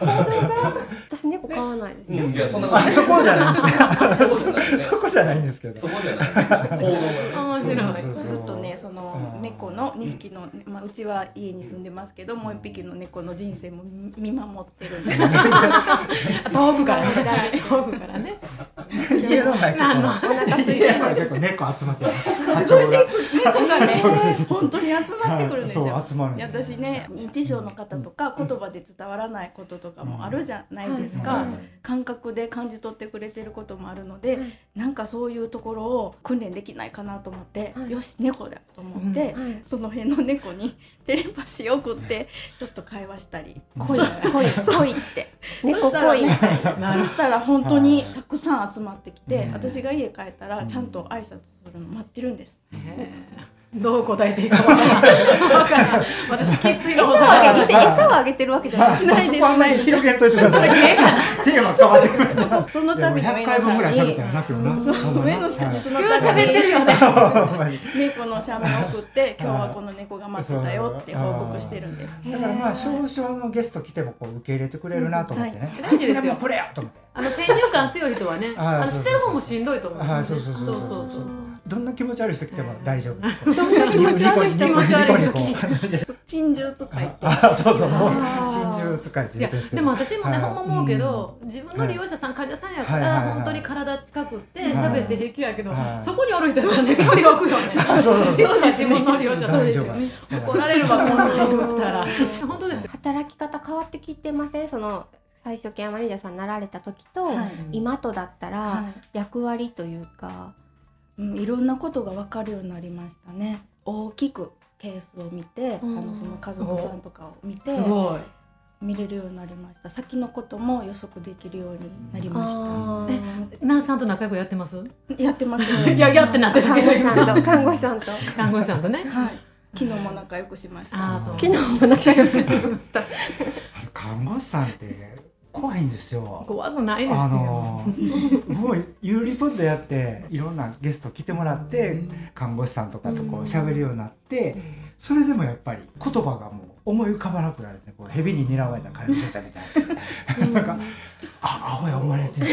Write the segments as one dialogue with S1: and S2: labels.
S1: 私猫飼わないです、
S2: うん、いや、そんな
S3: あそこじゃないんですか。
S2: そうじゃないね。
S3: そこじゃないんですけ
S2: そ
S3: ど。
S2: こじゃない。行動がね。
S4: 面白い
S3: そうそうそう
S4: ずっとねその
S3: うん
S4: 猫の2匹の、まあ、うちは家に住んでますけど、もう1匹の猫の人生も見守ってるんで遠くからね遠くからね
S3: 家の前
S4: 何の
S3: 結構、
S4: 話
S3: 家の前結構猫集まってる。波
S4: すごい
S3: 長
S4: ね
S3: が。
S4: 猫がね本当に集まってくるんですよ。
S3: そう集まるん
S4: い
S3: で
S4: や
S3: すよ。
S4: 私ね日常の方とか言葉で伝わらないこととかもあるじゃないですか、
S1: うん
S4: 感覚で感じ取ってくれてることもあるので、
S1: うん
S4: なんかそういうところを訓練できないかなと思って、
S1: はい
S4: よし猫だと思って、
S1: はい
S4: その辺の猫に テレパシーを送ってちょっと会話したり
S3: うん
S4: 恋 恋恋って
S1: 猫恋みたいな
S4: そしたら本当にたくさん集まってきて、
S3: うん
S4: 私が家帰ったらちゃんと挨拶するの待ってるんです。
S5: どう答えていいかわからない。わからない。私生粋の
S1: 餌
S5: お
S1: をあげ
S5: 魚。
S1: 餌餌をあげてるわけじゃな
S3: あ
S1: い
S3: そこあんま り広げといてください。テーマ変わってくる。
S4: その
S3: いや
S4: 度
S3: もう
S4: に
S3: 100
S4: 上野
S3: 回分ぐら
S4: さ
S3: い
S4: んに
S3: 喋ったよな、今日な。ほんま
S4: 上
S3: な
S4: 野さんにその
S5: 今日喋
S4: 度
S5: ってる
S4: に
S5: よね。
S3: はいほんまに
S4: 猫の写メを送っ て今日はこの猫が待ってたよって報告してるんです。
S3: だからまあ少々のゲスト来てもこう受け入れてくれるなと思ってね
S5: うん。はい大事ですよ
S3: いやもうこれやと思って。
S5: あの先入観強い人はね、
S3: はい
S5: あのしてる方もしんどいと思うんですよね。
S3: はいそうそうそうそう
S5: そうそうそう
S3: どんな気持ち悪い人来ても大丈夫。
S1: 気持ち悪い人
S5: 気持ち悪い人
S3: ニコニコニコニコ
S4: 珍獣使いって。
S3: あ、そうそう、もう
S1: あー
S3: 珍獣使いと
S5: い
S3: 言
S5: や
S3: うとして
S5: でも私も
S3: は
S5: ね、
S3: い
S5: ほんま思うけど、自分の利用者さん、患者さんやか
S3: はいはいはい
S5: ら、本当に体近くって、
S3: い
S5: 喋って平気やけど
S3: は、い
S5: そこにおる人はね、距離置くよね。
S3: あそうそうそう
S5: 実は自分の利用者さん
S3: 大
S5: です
S3: 丈
S5: よ
S3: 夫。
S5: ね。
S3: 大丈夫
S5: 怒られるわ、こんなん言った
S4: う
S5: ら。
S4: ん
S5: 本当ですよ。
S1: 働き方変わってきてませんその最初ケアマネージャーさんになられた時と、
S4: はい
S1: 今とだったら役割というか、
S4: うん、いろんなことが分かるようになりましたね大きくケースを見て、
S1: うん
S4: あのその家族さんとかを見て
S5: すごい。
S4: 見れるようになりました先のことも予測できるようになりま
S1: あー
S5: ナースさんと仲良くやってます
S4: したやってます
S5: いや、やってなってた
S1: 看
S5: け
S1: 護師
S5: ど、
S1: さんと看護師さんと
S5: 看護師さんとね。
S4: はい昨日も仲良くしました
S5: ああ、そう。
S1: 昨日も仲良くしました
S3: あれ看護師さんって怖いんですよ。
S5: 怖くないですよ。
S3: あのーもうゆりぽんとやっていろんなゲスト来てもらって看護師さんとかとこう喋るようになってそれでもやっぱり言葉がもう思い浮かばなくなるねこう蛇に睨まれた怪物状態みたいななんかあアホや思われてんじ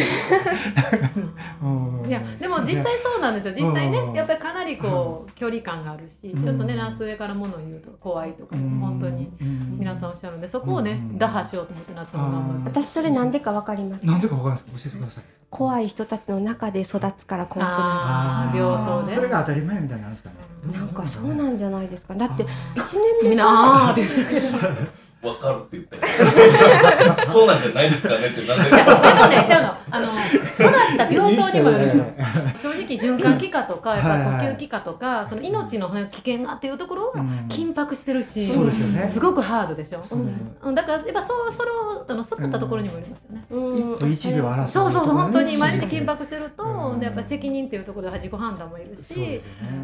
S3: ゃんうん
S5: いやでも実際そうなんですよ実際
S3: うんうんうん
S5: ねやっぱりかなりこう距離感があるし、
S3: うん
S5: ちょっとねナース上から物を言うとか怖いとか、
S3: うん
S5: 本当に
S3: うん
S5: 皆さんおっしゃるんでそこをね、
S3: うん
S5: 打破しようと思って夏も頑張って
S1: 私それなんでかわかります
S3: なんでかわからないです教えてください
S1: 怖い人たちの中で育つから怖くな
S5: あー病棟で
S3: それが当たり前みたいになるんですかね
S1: いなんかそうなんじゃないですかだ
S3: だ
S1: って1
S5: み
S1: 年
S5: ん
S1: 目
S5: なあーですで
S2: わかるって言ったよ。そうなんじゃないですかねってなんで。
S5: もねちゃうのあの育った病棟にもよるの正直循環器科とかやっぱ呼吸器科とか、その命のね危険がっていうところは緊迫してるし、
S3: そうですよね
S5: すごくハードでしょ、
S3: そう
S5: うん、だからやっぱそうそのあの育ったところにもよりますよね、
S3: 一歩一秒争う
S5: そうそうそう、本当に毎日緊
S3: 緊迫
S5: 迫してる
S3: う
S5: と
S3: ん、
S5: でやっぱり責任っていうところで自己判断もいるし、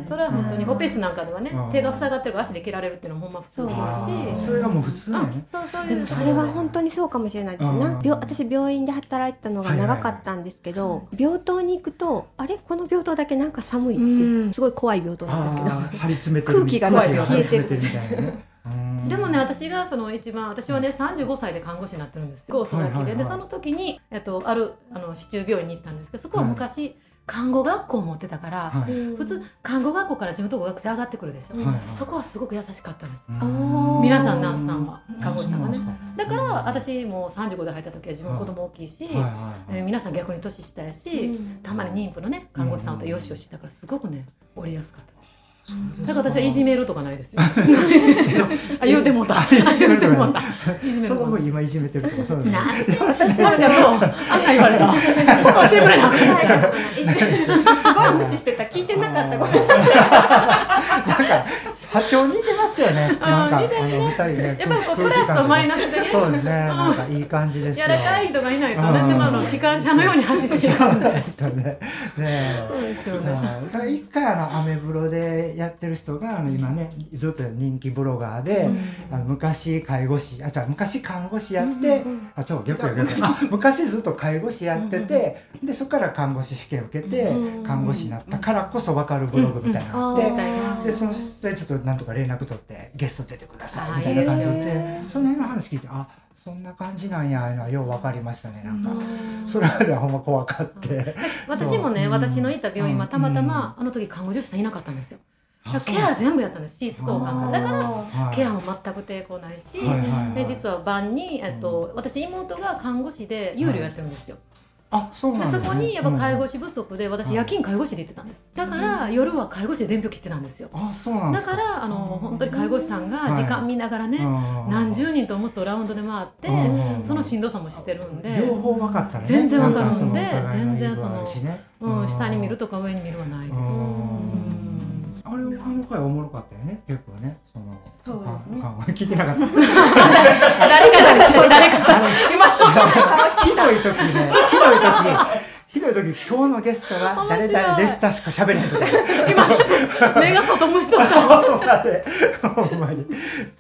S5: それは
S3: も
S5: 本当にオペ室なんかではね
S3: うん、
S5: 手が塞がってるから足で切られるっていうのもほんま普通
S3: あー
S5: ですし、
S3: それがもう普通だよ
S5: あ
S3: ね、
S5: そうそう
S1: で
S5: い
S1: も
S5: う。
S1: それは本当にそうかもしれないですよ
S3: うん
S1: な病私病院で働いてたのが長かったんですけど、病棟に行くとあれこの病棟だけなんか寒いっていう、
S5: うん
S1: すごい怖い病棟なんですけど
S3: あー張り詰めてる
S1: 空気がなんか冷えてる
S3: 空気が張り詰めてるみたいなね うん
S5: でもね、私がその一番私はね35歳で看護師になってるんですよ高卒だけで,、
S3: はいはいはい
S5: でその時に、えっと、あるあの市中病院に行ったんですけどそこは昔、看護学校持ってたから、
S3: はいはい
S5: 普通看護学校から自分のとこ学生上がってくるでしょ、
S3: はい
S5: そこはすごく優しかったんです、
S3: うん
S1: あー
S5: 皆さんナースさんは
S3: う
S5: 看護師さんがね
S3: そうな
S5: だから私も35で入った時は自分子供大きいし、
S3: ですかはいはい
S5: えー
S3: はい
S5: 皆さん逆に年下やし、たまに妊婦のね看護師さんとよしよしだからすごくね折りやすかったですだから私はいじめるとかないです よないですよあ言うてもうた
S3: いじめ
S5: 言
S3: る
S5: う
S3: と
S5: て
S3: か
S5: もうたい じ め
S3: そ
S5: る
S3: の
S5: とか
S3: 分今いじめてるとかそうだね
S5: ない
S1: 私
S5: 食べてもあんな言われ たフォローしてくれ なあかんやん
S1: すごい無視してた聞いてなかったごめんなさい
S3: なんか波長似てますよね。なんかあ
S5: あ
S3: の
S5: ー似てる
S3: 二人ね。
S5: やっぱりこうプラスとマイ
S3: ナ
S5: ナスでね
S3: そうですね。なんかいい感じです
S5: 柔
S3: よ。
S5: らかい人がいないと
S3: うん
S5: だってまああの機関車のように走って
S3: そ
S5: いうく
S3: なんん
S5: で
S3: ですよね。ねえ。うんだから一回あのアメブロでやってる人があの今ねずっと人気ブロガーで、あの昔介護士あじゃ昔看護師やって、あちょ逆や逆やあ 昔ずっと介護士やってて、でそこから看護師試験受けて、
S1: うん
S3: 看護師になったからこそ分かるブログみたいなのがあって、
S5: ん
S3: でその人でちょっとなんとか連絡取ってゲスト出てくださ
S5: あー
S3: いみたいな感じで
S1: へ
S3: 言ってその辺の話聞いてあそんな感じなんやいうのはよう分かりましたねなんか、
S5: うん
S3: それまではほんま怖かって。
S5: 私もね
S3: そう
S5: 私の行った病院はたまたま、
S3: う
S5: あの時看護助手さんいなかったんですよだ
S3: あ
S5: か
S3: そ
S5: ら
S3: う
S5: ケ
S3: なん
S5: ア
S3: です
S5: 全部やったんですシーツ交換からだから
S3: はい
S5: ケアも全く抵抗ないし、
S3: はいはいはい
S5: で実は晩に、えっと、私妹が看護師で有料やってるんですよ、
S3: あそうなん
S5: で
S3: です
S5: そ
S3: ね
S5: こにやっぱ介護
S3: うん
S5: 士不足で私
S3: はい
S5: 夜勤介護士で行ってたんですだから夜は介護士で伝票切ってたんですよ
S3: あそうなんで
S5: だ
S3: すか
S5: からあの
S3: うん
S5: 本当に介護士さんが時間見ながらね、
S3: うん
S5: 何十人とおむつをラウンドで回って、
S3: うん
S5: そのしんどさも知ってるんで、
S3: 両方分かったらね
S5: 全然分かるんで
S3: なんかそのお互いの
S5: 全然そ
S3: 意味
S5: の
S3: もあるしね
S5: うん、下に見るとか上に見るはないです、
S3: うんあれあの回おもろかったよね結構ねその
S4: そうですね
S3: ああ聞いてなかった
S5: 誰か誰か誰か今
S3: ひどい時ねひどい時ひどい時今日のゲストは誰々でしたしか喋 れへんとか
S5: 今目が外向いとった
S3: ほんまでほんまに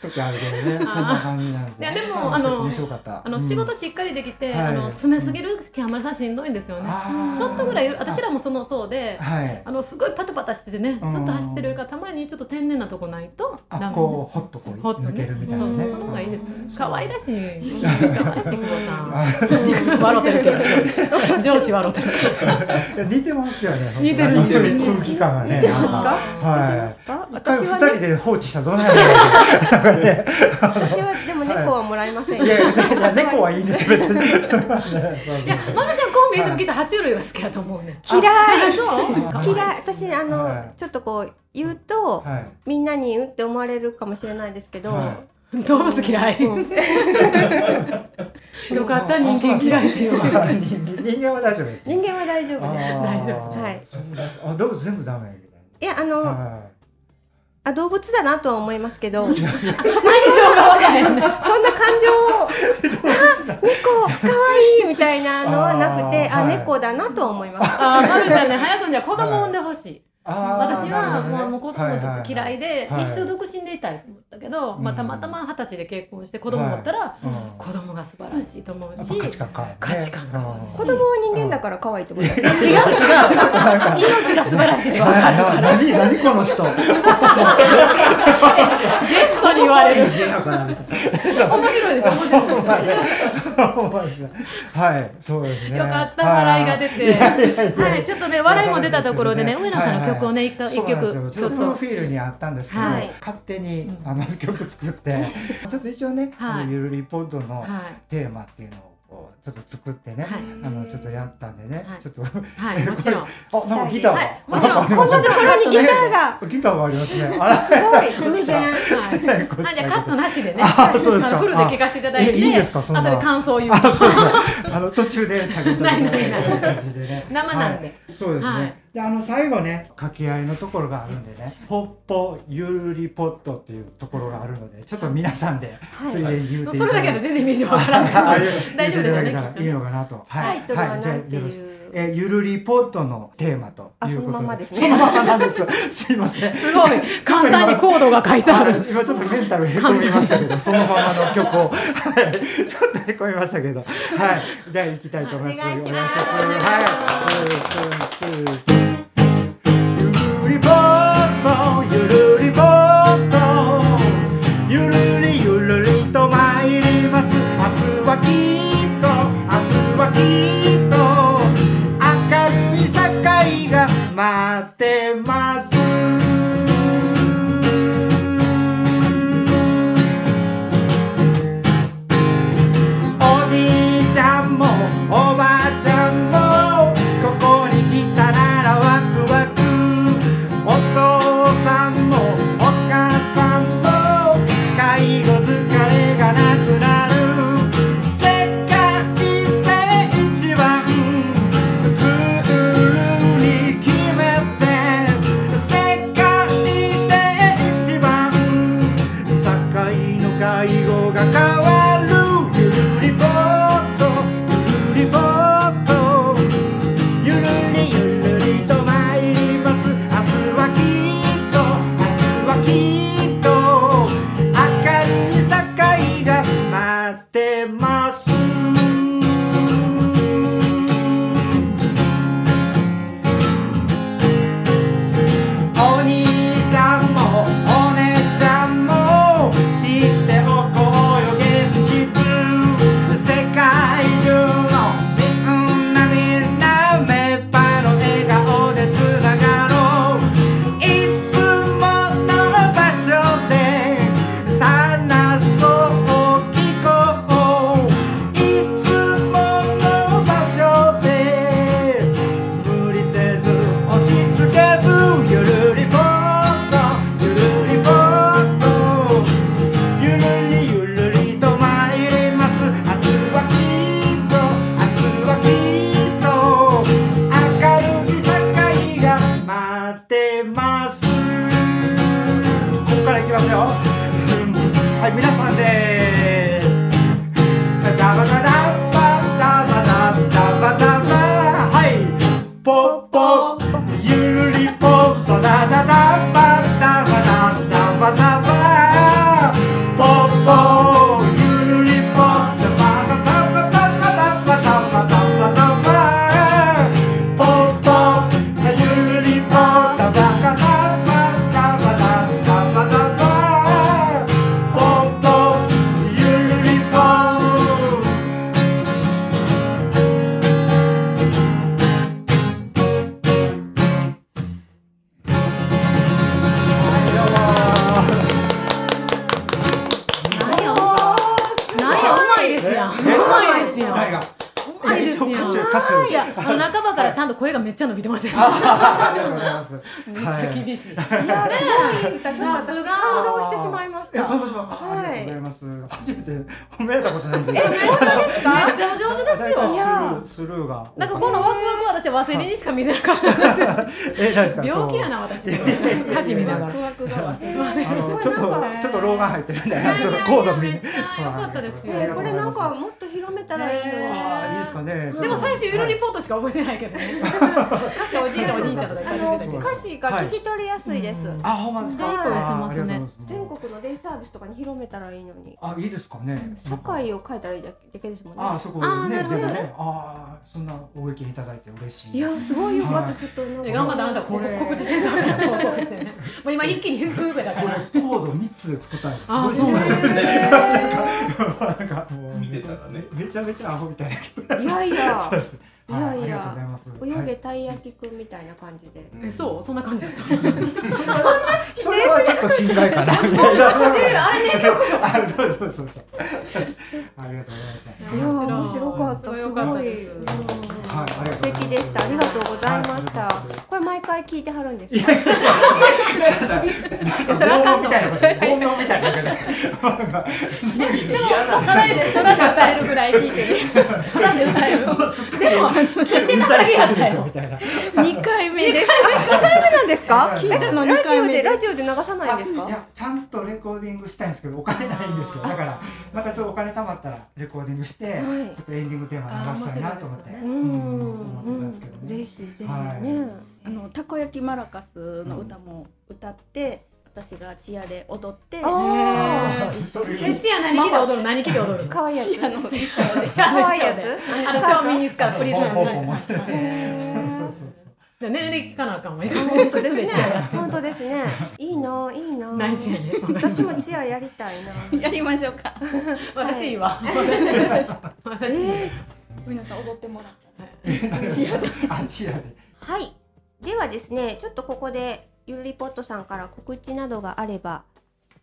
S3: 時あるけどねそんな感じなんですよ
S5: いやでもあの
S3: 面白かった
S5: あの仕事しっかりできて、
S3: はい
S5: あの詰めすぎるキャンマラさんしんどいんですよね、ちょっとぐら
S3: い
S5: い私らもそのそうで
S3: はい
S5: あのすごいパタパタしててね
S3: うん
S5: ずっと走ってるからたまにちょっと天然なとこないとダメ
S3: あこうほっとこう
S5: ほっと
S3: 抜け
S5: ね
S3: るみ
S5: そ
S3: たいうなね
S5: その方がいいですよね
S3: そう
S5: 可愛らしい可愛らしい久保
S3: あ
S5: さん笑ってるけ ど上司笑ってるけど
S3: いや似てますよね
S5: 似てる
S3: 本当に空気感がね
S1: 似てますか、
S3: はい
S1: 似てますか
S3: 一回
S1: 私
S3: 二
S1: は、
S3: 人
S1: ね、
S3: で放置したらどうなるん だ
S1: 私はでも猫はもらえません
S3: ろういやいやいや猫はいいんですよ別に
S5: いやまるちゃんコンビニでもきっと爬虫類が好きやと思うね
S1: 嫌い
S5: あそう
S1: 嫌い私あの、
S3: はい
S1: ちょっとこう言うと、
S3: はい
S1: みんなにうんって思われるかもしれないですけど、
S3: は
S5: 動物嫌い
S1: うん
S5: よかった人間嫌いっていう
S3: あ そうなんですね人間人間は大丈夫です
S1: 人間は大丈夫で
S5: 大丈夫
S1: はい
S3: 夫あ動物全部ダメみたい
S1: すいやあの、
S3: なは
S1: あ動物だなとは思いますけどそんな
S5: 対象が分からへんね
S1: 感情をあ猫かわいいみたいなのはなくて
S3: あー
S1: あ、
S3: はい
S1: 猫だなと思います
S5: あーまるちゃんね早くじゃ子供産んでほしい
S3: あー
S5: 私は
S3: なるほどね
S5: もうもう子供嫌いで
S3: はい
S5: 一生独身でいたいと思ったけど、
S3: うん
S5: まあ、たまたま二十歳で結婚して子供持ったら
S3: はいはいうん
S5: 子供が素晴らしいと思う
S3: やっ
S5: し、
S3: ぱ
S5: 違う違
S3: 価
S5: う
S3: 値観変わるね
S5: 価値観変わるし
S1: 子供は人間だから可愛いと思います
S5: 命が素晴らしいで分かる
S3: なな何何この 人
S5: ゲストに言われる面白いでしょ面白いでしょ
S3: はいそうですね
S5: よかった笑いが出て
S3: はいいやいやいや
S5: はいちょっとね笑いも出たところでね
S3: はい
S5: 上野さんの曲をね一
S3: そう
S5: 回
S3: なん
S5: 一
S3: ですよ
S5: 曲
S3: ち
S5: ち
S3: ょ
S5: ょ
S3: っ
S5: っ
S3: とプロ
S5: と
S3: フィールにあったんですけど、
S1: はい
S3: 勝手に
S5: うん
S3: あの 曲作って、ちょっと一応ね、あ
S5: はい
S3: のゆるりポッドの
S5: はい
S3: テーマっていうのをこうちょっと作ってね、
S5: はい
S3: あのちょっとやったんでね、
S5: はい
S3: ちょっと
S5: はいもちろん
S3: あなんかギターが、
S5: はいもちろん
S3: ああります
S5: こんなところ
S1: にギターが
S3: ギターがありますね。あ
S1: すごい偶然
S5: はい
S3: ら、こっ
S5: あ
S3: ち
S5: じゃあカットなしでね
S3: あそうですか
S5: あのフルで聞かせていただい
S3: あ
S5: て
S3: えいいんですかそんな
S5: 後で感想を言う
S3: あそうです。あの途中で先ほど
S5: ないないない
S3: 感じでね。
S5: 生なんで、
S3: はいそうですね。
S5: はい
S3: であの最後ね掛け合いのところがあるんでね、ポッポゆるりポットっていうところがあるので、ちょっと皆さんで
S1: はい
S3: ついでに言うてい
S5: それだけで全然イメージわからない
S3: あ
S5: 大丈夫でしょ
S3: 言
S5: うね
S3: うていただけたらいいのかなと。
S1: タイトルは
S3: じゃあ
S1: なんて
S3: よろし
S1: い
S3: く
S1: う、
S3: えーゆるりポットのテーマと
S1: あ
S3: い
S1: そうの
S3: こと
S1: まんまです
S3: その
S1: ね
S3: ままなんです。すいません。
S5: すごい簡単にコードが書いてある
S3: はい今ちょっとメンタルへこみましたけど、そのままの曲を、はい、ちょっとへこみましたけど、はい、じゃあ行きたいと思います。
S5: お願いします
S3: はい。ゆるりぼーっと、ゆるりぼーっと、ゆるりゆるりと参ります。明日はきっと、明日はきっと、明るい堺が待ってます。おじいちゃんもおばあちゃんもここに来たならワクワクお父さんもお母さんも介護疲れがなくなる世界で一番クールに決めて世ポゆるりぽっとだだだばだばだだばだばぽっぽゆるりぽっとばだだばだだばだばだばだばぽっぽゆるりぽっとばだだばだばだだばだばぽっぽゆるりぽ
S5: なんやなんやうまいですやんうまいですやん
S3: 誰が
S5: うまいですやん
S3: 歌手歌手
S5: いやあの半ばからちゃんと声がめっちゃ伸びてましたよ
S3: ありがとうございます。
S5: めっちゃ 厳しい
S1: いやすごい歌ちょっと
S5: さす
S1: 私
S5: が
S1: 感動してしまいまし
S3: いや、
S1: た。
S3: この場所は、あ
S1: はい
S3: ありがとうございます。初めて褒められたことないんで。
S5: めっちゃお上手 で
S3: 大
S5: す
S3: 体
S5: よ
S1: いや
S3: スルー、スルーが。
S5: なんかこのワクワクは私は忘れにしか見てなかったです
S3: え、大丈夫ですか。
S5: 病気
S3: な。
S5: やな私
S3: いやいやいや
S5: 家事見なが
S4: ワ
S5: ら
S4: クワクが忘れ
S1: え
S4: ま
S1: ー
S3: あの、ちょっと、ちょっと老眼入ってるんで、
S5: いやいやい
S3: ちょ
S5: や
S3: っとコード見。
S5: めっちゃ
S3: そう
S5: 良かったですよ
S3: ありがとうござ
S1: ねこれ
S3: い
S1: な
S3: ま
S1: ん
S3: す
S1: かもっと広めたらいいのに。
S3: あーいいですかね。
S5: でも最初ゆるり
S3: ポ。
S5: ポートしか覚えてないけどね歌詞はおじいちゃんおじいちゃんとか言
S1: あ
S5: わ
S1: の
S5: れてたけど
S1: 歌詞が聞き取りやすいです。
S5: はいうん
S3: あ、ほんまですか。
S1: はい
S3: あーありがとうございます。
S1: 全国のデイサービスとかに広めたらいいのに。
S3: あ、いいですかね。
S1: 社会を書いたらいいだけですもんね。
S3: あー、そこ
S5: あー
S3: ね、
S5: なる
S3: 全
S5: ほど
S3: 部ね。あー、そんなご意見いただいて嬉しいです。
S1: いやすごいよかったちょっとなんか
S5: え頑張ったあんたここ
S3: これ
S5: 告知センターから報告してねもう今一気に福岡だか
S3: こ
S5: ら
S3: れコード三つで作ったんです。
S5: あー
S3: すごいですね
S5: そう
S2: なんや
S3: なんかもう
S2: 見てたらね
S3: めちゃめちゃアホみたいな気分
S1: いやいや
S3: です。
S1: いやい
S3: あり
S1: や
S3: がとうございます。
S1: 泳
S3: は
S1: げ
S3: い
S1: たい焼きくんみたいな感じで。
S5: えそうそんな感じだった
S3: それはちょっと心外 かな。いやいやそれ
S5: え
S3: は
S5: あれ名曲
S3: あそうそうそうそう。ありがとうございます。
S1: いや
S5: 面
S1: 面白かったす
S5: 白
S1: ご
S5: かった
S1: い。
S5: で
S1: う
S5: す
S1: ん
S3: はいありがとうございます
S1: 素敵でしたありがとうございました。
S3: はいありがとうございます
S1: これ毎回聞いてはるんですか。
S3: 拷問みたいなこと、拷問
S5: えそれあかんの
S3: みたいなこと
S5: でも空で空で歌えるぐらい聞いてね空で歌えるでも 聞いてなさげやったよ
S3: みたいな。
S1: 二回目です。二回目なんですか。
S3: 聞いた
S5: の
S1: ラ
S5: 二
S1: ジ
S5: 回
S1: オ
S5: 目
S1: で
S5: で
S1: ラジオで流さないんです
S3: あ
S1: か
S3: い。やちゃんとレコーディングしたいんですけどお金ないんですよ
S5: あー
S3: だからまたちょっとお金貯まったらレコーディングして、
S1: はい
S3: ちょっとエンディングテーマ流したいなと思って、
S5: あー面
S1: う
S3: うん思ってたん
S1: ん
S3: ですけど。
S1: ぜ
S3: ね、
S1: ひぜひ
S3: はい
S1: ね。
S4: あのたこ焼きマラカスの歌も歌って、私がチアで踊って
S1: あ
S5: あ
S3: ーそれ
S5: えチア何着て踊る何着て踊る
S1: 可愛いやつ。
S4: チアの衣装で
S5: あの
S1: 可愛いや
S5: 衣装で
S1: つ。
S5: あの超ミニスカートプリズム
S3: ほ
S5: の
S3: うほうほうほう
S1: へー
S5: でも年齢聞かなあかんわい
S1: 本当ですね
S5: チアやっ。てん
S1: 本
S5: の
S1: 当ですね。いいな、いいな。
S5: 内緒やね
S1: 私もチアやりたいな。
S4: やりましょうか
S5: 私いいわ私私
S1: えー
S4: 皆さん踊ってもらって
S3: あチアで
S1: はい。ではですね、ちょっとここでゆるりぽっとさんから告知などがあれば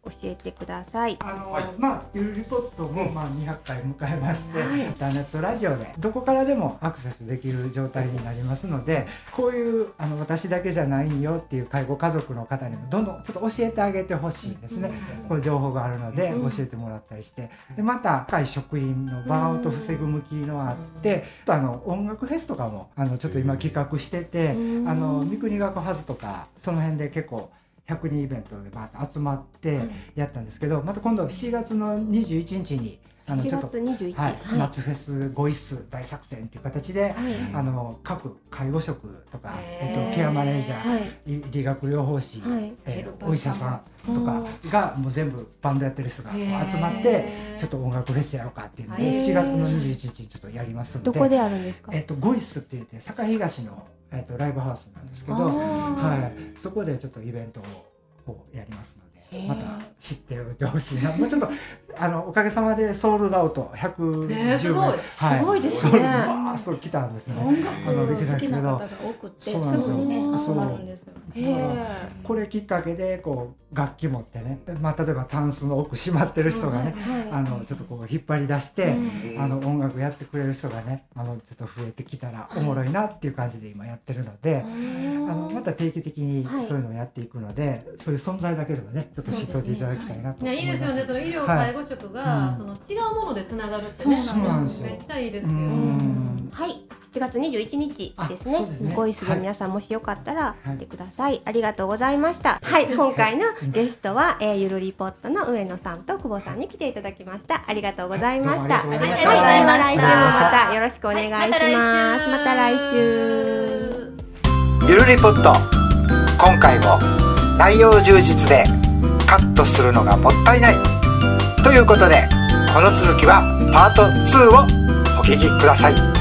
S1: 教えてください。
S3: あの、
S2: はい
S3: まあゆるりポットもまあ200回迎えまして、
S1: はい
S3: インターネットラジオでどこからでもアクセスできる状態になりますのでこういうあの私だけじゃないよっていう介護家族の方にもどんどんちょっと教えてあげてほしいですね、こういう情報があるので
S5: うん
S3: 教えてもらったりして、でまた若い職員のバーンアウト防ぐ向きのあって、あとあの音楽フェスとかもあのちょっと今企画してて、
S1: うん
S3: あの三国学ハズとかその辺で結構100人イベントでバーッと集まってやったんですけど、また今度7月の21日にあの
S1: 7
S3: ちょっと
S1: 月、21日。
S3: はい
S1: はい
S3: 夏フェスご一数大作戦っていう形で、
S1: はい
S3: あの各介護職とか、え
S5: へ
S1: ー
S3: っと、ケアマネージャー、
S1: はい。
S3: い理学療法士、
S1: はい
S3: え
S5: ヘル
S3: ー
S5: パーさん
S3: お医者さんとかがもう全部バンドやってる人が集まって
S5: へー
S3: ちょっと音楽フェスやろうかっていうので
S5: へ
S1: ー
S3: 7月の21日にちょっとやりますので
S1: どこであるんですか。
S3: えっとゴイスって言って堺東の、えっとライブハウスなんですけど、
S1: あ
S3: はい、そこでちょっとイベントをこうやりますの
S1: へ
S3: で
S1: ー
S3: また知っておいてほしいなもうちょっとあのおかげさまでソールドアウト110名、
S5: ねえすごい
S3: は
S1: すごいですね
S3: ソールドアウトわーそう来たんですね。
S4: 音楽好きな方が多くて
S3: そうなん
S1: ですす
S4: ぐにね
S1: よ
S4: 集まるんですよ
S1: ーへ
S3: これきっかけでこう楽器持ってね、まあ、例えばタンスの奥閉まってる人がね、
S1: ー。
S3: あのちょっとこう引っ張り出して、
S2: うん
S3: あの音楽やってくれる人がねあのちょっと増えてきたらおもろいなっていう感じで今やってるので、あのまた定期的に
S1: はい
S3: そういうのをやっていくので、そういう存在だけでもねちょっと知っておいていただきたいなと
S5: いや
S3: 思
S5: い
S3: い
S5: い
S3: ま
S5: ですすよねその医療
S3: は
S5: 介
S3: い
S5: 護職
S3: う
S5: が
S3: ん
S5: その違うものでつながるってね
S3: そうなんですよ
S5: めっちゃいいですよ
S3: うん
S1: はい、7月21日です
S3: あそうですね
S1: ね。ボイスの皆さん、もしよかったら
S3: い
S1: 来てください。ありがとうございました。はい、今回のゲストは、えーゆるりポットの上野さんと久保さんに来ていただきました。ありがとうございました。
S3: どう
S1: は
S3: もあ
S1: い、で
S3: りがとうございました
S1: は来週
S5: ありがとう
S1: もま
S5: ございました
S1: たよろしくお願いし
S5: は
S1: ます。また来週。
S5: また来週
S3: ルリポット今回も内容充実でカットするのがもったいないということでこの続きはパート2をお聞きください